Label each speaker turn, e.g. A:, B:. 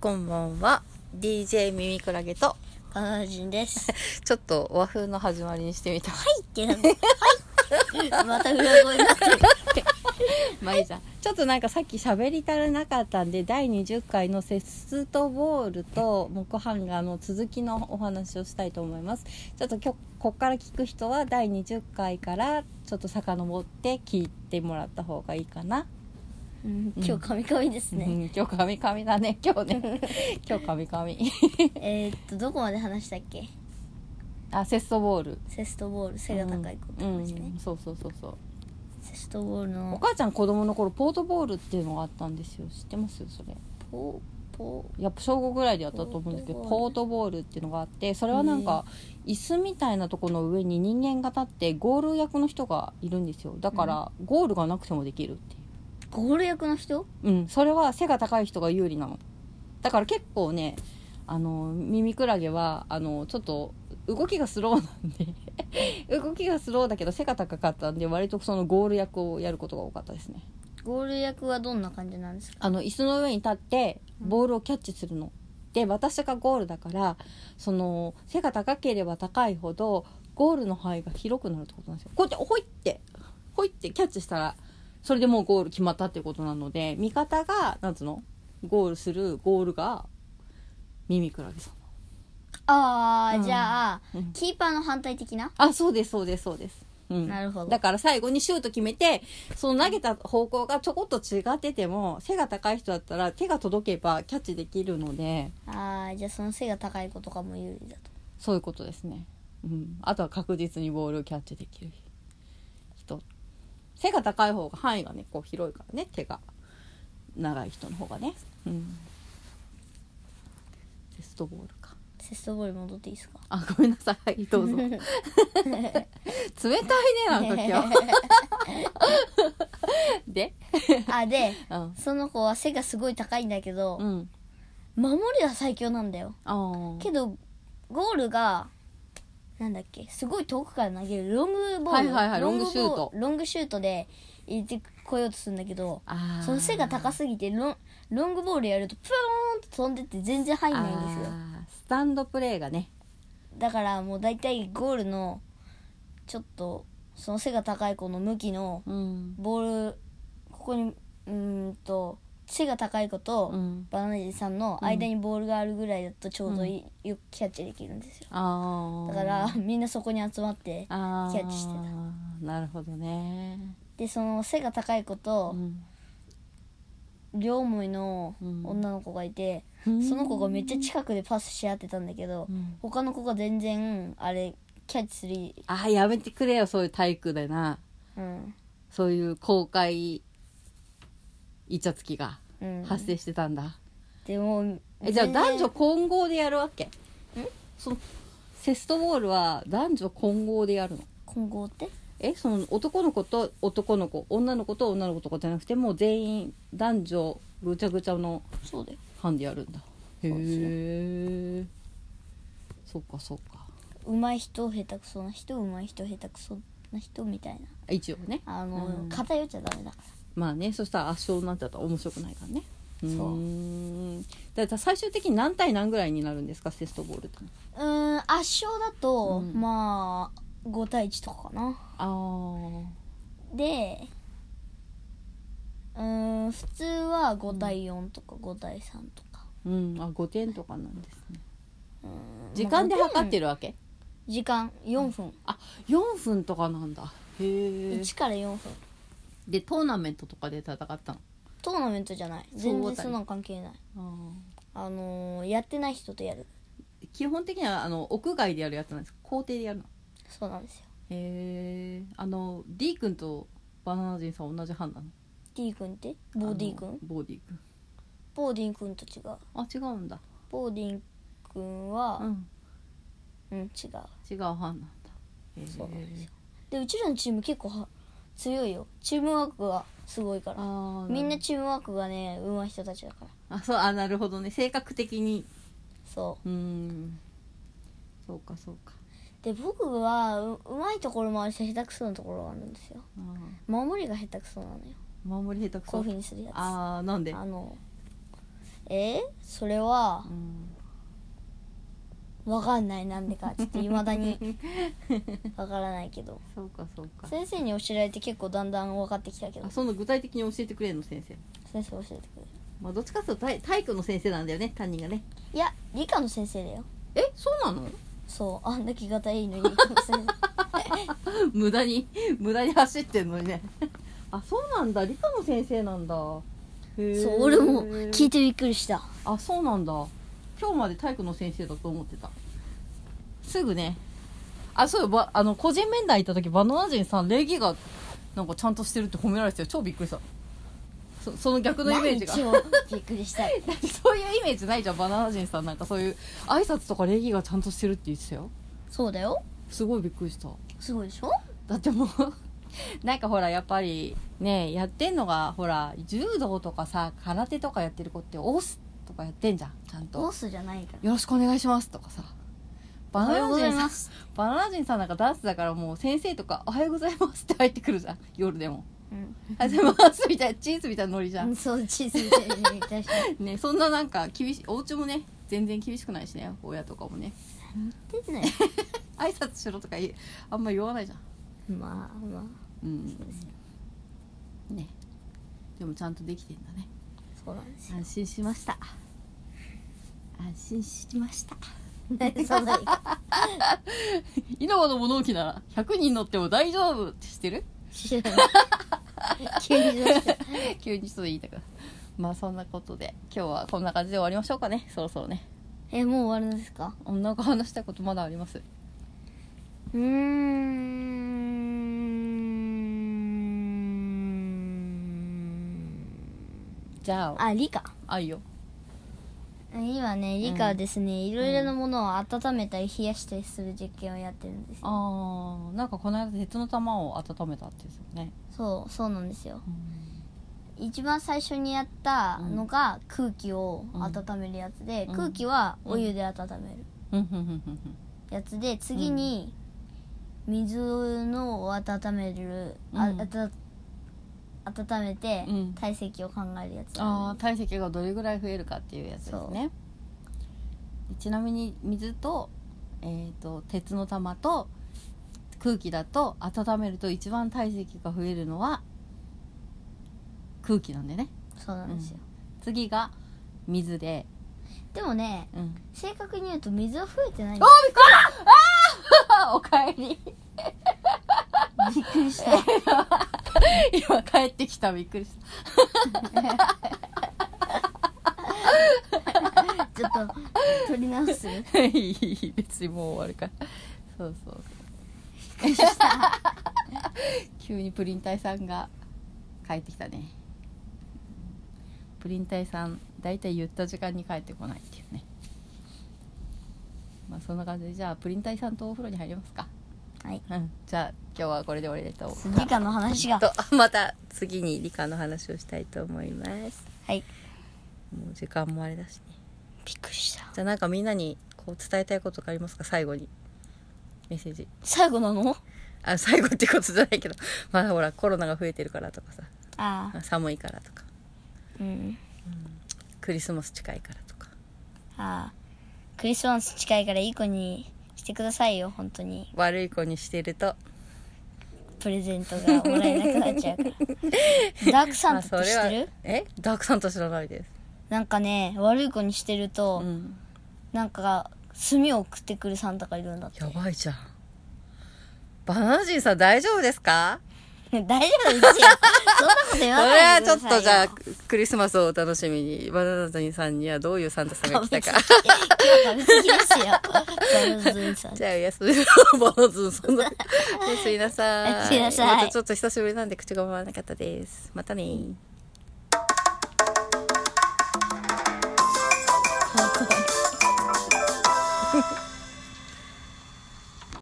A: こんばんは DJ 耳クラゲと
B: バナナ人です。
A: ちょっと和風の始まりにしてみ た
B: はいってなんか、はいまた裏声になってる。
A: まあいいじゃんちょっとなんかさっき喋り足らなかったんで第20回のセストボールと木版画の続きのお話をしたいと思いますちょっと今日こっから聞く人は第20回からちょっと遡って聞いてもらった方がいいかな、
B: うん 今日カミカミです
A: う
B: ね。
A: ん今日カミカミだね今日 ね今日カミカミ
B: えーっと、どこまで話したっけ
A: あセストボール
B: セストボール、背が高い子って
A: うん
B: 話ね、
A: うんそうそうそうそう
B: セストボール
A: お
B: の
A: 母ちゃん子供の頃ポートボールっていうのがあったんですよ知ってますそれ
B: ポポ
A: やっぱ小5ぐらいでやったと思うんですけどポ
B: ポ
A: ー
B: ー
A: トボールっていうのがあってそれはなんか椅子みたいなとこの上に人間が立ってゴール役の人がいるんですよだからゴールがなくてもできるってい
B: ゴール役の人
A: ううんそれは背が高い人が有利なのだから結構ねあのミミクラゲはあのちょっと動きがスローなんで 動きがスローだけど背が高かったんで割とそのゴール役をやることが多かったですね
B: ゴール役はどんな感じなんですか
A: あの椅子の上に立ってボールをキャッチするの。で私がゴールだからその背が高ければ高いほどゴールの範囲が広くなるってことなんですよ。こうやってほいってほいってキャッチしたらそれでもうゴール決まったっていうことなので味方がなんつうのゴールするゴールがミミクラゲさん。
B: ああ、
A: うん
B: じゃあ、
A: うん
B: キーパーの反対的な
A: あそうですそうですそうです。うん、
B: なるほど
A: だから最後にシュート決めてその投げた方向がちょこっと違ってても背が高い人だったら手が届けばキャッチできるので。
B: ああ、じゃあその背が高い子とかも有利だと。
A: そういうことですね。うん、あとは確実にボールをキャッチできる人。背が高い方が範囲がね、こう広いからね、手が長い人の方がね。うん。テストボールか。
B: セストボール戻っていいですか
A: あ、ごめんなさい。はいどう ぞ。冷たいね、なんか今日。で、
B: あ、で、
A: うん、
B: その子は背がすごい高いんだけど、
A: うん、
B: 守りは最強なんだよ
A: ああ、
B: けどゴールがなんだっけすごい遠くから投げるロングボール、
A: はいはいはいロングシュート
B: ボロングシュートで入れてこようとするんだけど
A: あー
B: その背が高すぎてロンロングボールやるとプーンと飛んでって全然入んないんですよ
A: あースタンドプレーがね、
B: だからもう大体ゴールのちょっとその背が高い子の向きの
A: うん、
B: ボールここにうーんと背が高い子と、
A: うん、
B: バナナジーさんの間にボールがあるぐらいだとちょうどいい、よくキャッチできるんですよ
A: ああ、
B: だからみんなそこに集まって
A: キャ
B: キャッチしてた
A: なるほどね
B: でその背が高い子と両思いの女の子がいて、その子がめっちゃ近くでパスし合ってたんだけど、
A: うん
B: 他の子が全然あれキャッチする、
A: あやめてくれよそういう体育でな
B: うん
A: そういう公開イチャつきが
B: うん、
A: 発生してたんだ、
B: でも
A: えじゃあ
B: 全然
A: 男女混合でやるわけそのセストボールは男女混合でやるの
B: 混合って
A: えその男の子と男の子女の子と女の子とかじゃなくてもう全員男女ぐちゃぐちゃの
B: そうだよ
A: 班でやるんだへ
B: そうですよ
A: えそうかそうか
B: 上手い人下手くそな人上手い人下手くそな人みたいな
A: 一応ね
B: あの、
A: うん
B: 偏っちゃダメだか
A: まあねそしたら圧勝になっちゃったら面白くないからね
B: そう
A: うーんだから最終的に何対何ぐらいになるんですかセストボールって
B: らうーん圧勝だと、
A: うん
B: まあ5対1とかかな
A: ああ
B: でうーん普通は5対4とか5対3とか、
A: うんあ5点とかなんですね
B: うん
A: 時間で
B: まあ
A: 測って
B: 5
A: るわけ
B: 点時間4分、
A: あ4分とかなんだへえ
B: 1から4分
A: でトーナメントとかで戦ったの
B: トーナメントじゃない
A: 総
B: 全
A: 当
B: 然
A: たり
B: そんなん関係ない
A: あ
B: あのーやってない人とやる
A: ー基本的にはあの屋外でやるやつなんですか校庭でやるの
B: そうなんですよ
A: へえあの D 君とバナナ人さん同じ班なの
B: D 君ってボーディ
A: あの
B: 君
A: ボーディ君
B: ボーディ君と違う
A: あ違うんだ
B: ボーディ君は
A: うん
B: うん、違う
A: 違う班なんだへえ
B: そうなんですよでうちらのチーム結構は強いよチームワークがすごいから
A: あー
B: みんなチームワークがね上手い人たちだから
A: あそうあなるほどね性格的に
B: そう
A: ーんそうかそうか
B: うで僕はううまいところもあるし下手くそなところがあるんですよ
A: あ
B: 守りが下手くそなのよ
A: ー守り下手く
B: こうい
A: そ
B: うふうにするやつあ
A: あーなんで
B: のえーそれは
A: うん
B: わかんないなんでかちょっといまだにわからないけど
A: そうかそうか
B: 先生に教えられて結構だんだん分かってきたけど
A: あその具体的に教えてくれるの先生、
B: 先生教えてくれる
A: まあ、どっちかっていうと体体育の先生なんだよね担任がね
B: いや理科の先生だよ
A: えそうなの
B: そうあんだけ型いいのに理科の先生
A: 無駄に無駄に走ってんのにねあそうなんだ理科の先生なんだへえ
B: そう俺も聞いてびっくりした
A: あそうなんだ今日まで体育の先生だと思ってたすぐねあそうばあの個人面談行った時バナナ人さん礼儀がなんかちゃんとしてるって褒められてたよ超びっくりしたそその逆のイメージが
B: 何超びっくりしたい
A: だって そういうイメージないじゃんバナナ人さんなんかそういう挨拶とか礼儀がちゃんとしてるって言ってたよ
B: そうだよ
A: すごいびっくりした
B: すごいでしょ
A: だってもうなんかほらやっぱりねやってんのがほら柔道とかさ空手とかやってる子って押すとかやってんじゃんちゃんと
B: ボスじゃないから
A: よろしくお願いしますとかさバ
B: おは
A: ナ
B: よう
A: ナ
B: ござい
A: 人さ
B: ま
A: ん
B: す、
A: バナナ人さんなんかダンスだからもう先生とか「おはようございます」って入ってくるじゃん夜でも
B: うん
A: 「おはようございます」みたいなチーズみたいなノリじゃ
B: うんん、そう地図みたいに確かに
A: ねそんななんか厳しいお家もね全然厳しくないしね親とかもね
B: 言ってない
A: 挨拶しろとか言えあんま言わないじゃん
B: まあまあ
A: うん
B: そうですよ
A: ねでもちゃんとできてんだね
B: そうなんですよ
A: 安心しました安心しました
B: そうだよ
A: 稲葉の物置なら100人乗っても大丈夫って知ってる
B: 知らない急にどうした
A: 急にちょっと言いたくなるまあそんなことで今日はこんな感じで終わりましょうかねそろそろね
B: えもう終わるんですか
A: 女が話したいことまだあります
B: うーん
A: じゃあ
B: あ理科
A: あいいよ
B: 今ね理科はですね、いろいろなものを温めたり冷やしたりする実験をやってるんですよ
A: あーなんかこの間鉄の玉を温めたってですよね、
B: そうそうなんですよ一番最初にやったのが空気を温めるやつで、
A: うん
B: 空気はお湯で温める
A: うんふんふんふんふん
B: やつで次に水のを温める、あ
A: うん
B: あた温めて
A: うん
B: 体積を考えるやつ
A: あー体積がどれぐらい増えるかっていうやつですねちなみに水と,、えー、と鉄の玉と空気だと温めると一番体積が増えるのは空気なんでね
B: そうなんですよ、
A: 次が水で、
B: でもね
A: うん、
B: 正確に言うと水は増えてないんで
A: おびっくりあーおかえり
B: すびっくりした
A: 今帰ってきたびっくりした
B: ちょっと取り直す
A: いいいい別にもう終わるからそうそう 急にプリン体さんが帰ってきたねプリン体さん大体言った時間に帰ってこないっていうねまあそんな感じでじゃあプリン体さんとお風呂に入りますか
B: はい
A: うんじゃあ今日はこれで終わりだと思
B: 理科の話が
A: とまた次に理科の話をしたいと思います
B: はい
A: もう時間もあれだしね
B: びっくりした
A: じゃあなんかみんなにこう伝えたいことがありますか最後にメッセージ
B: 最後なの
A: あ最後ってことじゃないけど まあほらコロナが増えてるからとかさ
B: ああ
A: 寒いからとか
B: うん
A: クリスマス近いからとか
B: ああクリスマス近いからいい子にしてくださいよ本当に
A: 悪い子にしてると
B: プレゼントがもらえなくなっちゃうから ダークサンタって知ってる、
A: えダークサンタ知らないです、
B: なんかね悪い子にしてると、
A: うん、
B: なんか炭を送ってくるサンタがいるんだって
A: やばいじゃんバナナ人さん大丈夫ですか
B: ね 大丈夫ですよそんなこと言
A: そ
B: わ
A: れ
B: な
A: はい
B: でく
A: ちょ
B: ださい
A: っとじゃあ
B: よ
A: クリスマスをお楽しみにバナナ人さんにはどういうサンタさんが来たか
B: 今日食べ 過ぎですよジャルズンさん
A: じゃあおやすみバナナ 人さんのおやすみなさい
B: おやすみなさい
A: またちょっと久しぶりなんで口が回らなかったですまたねー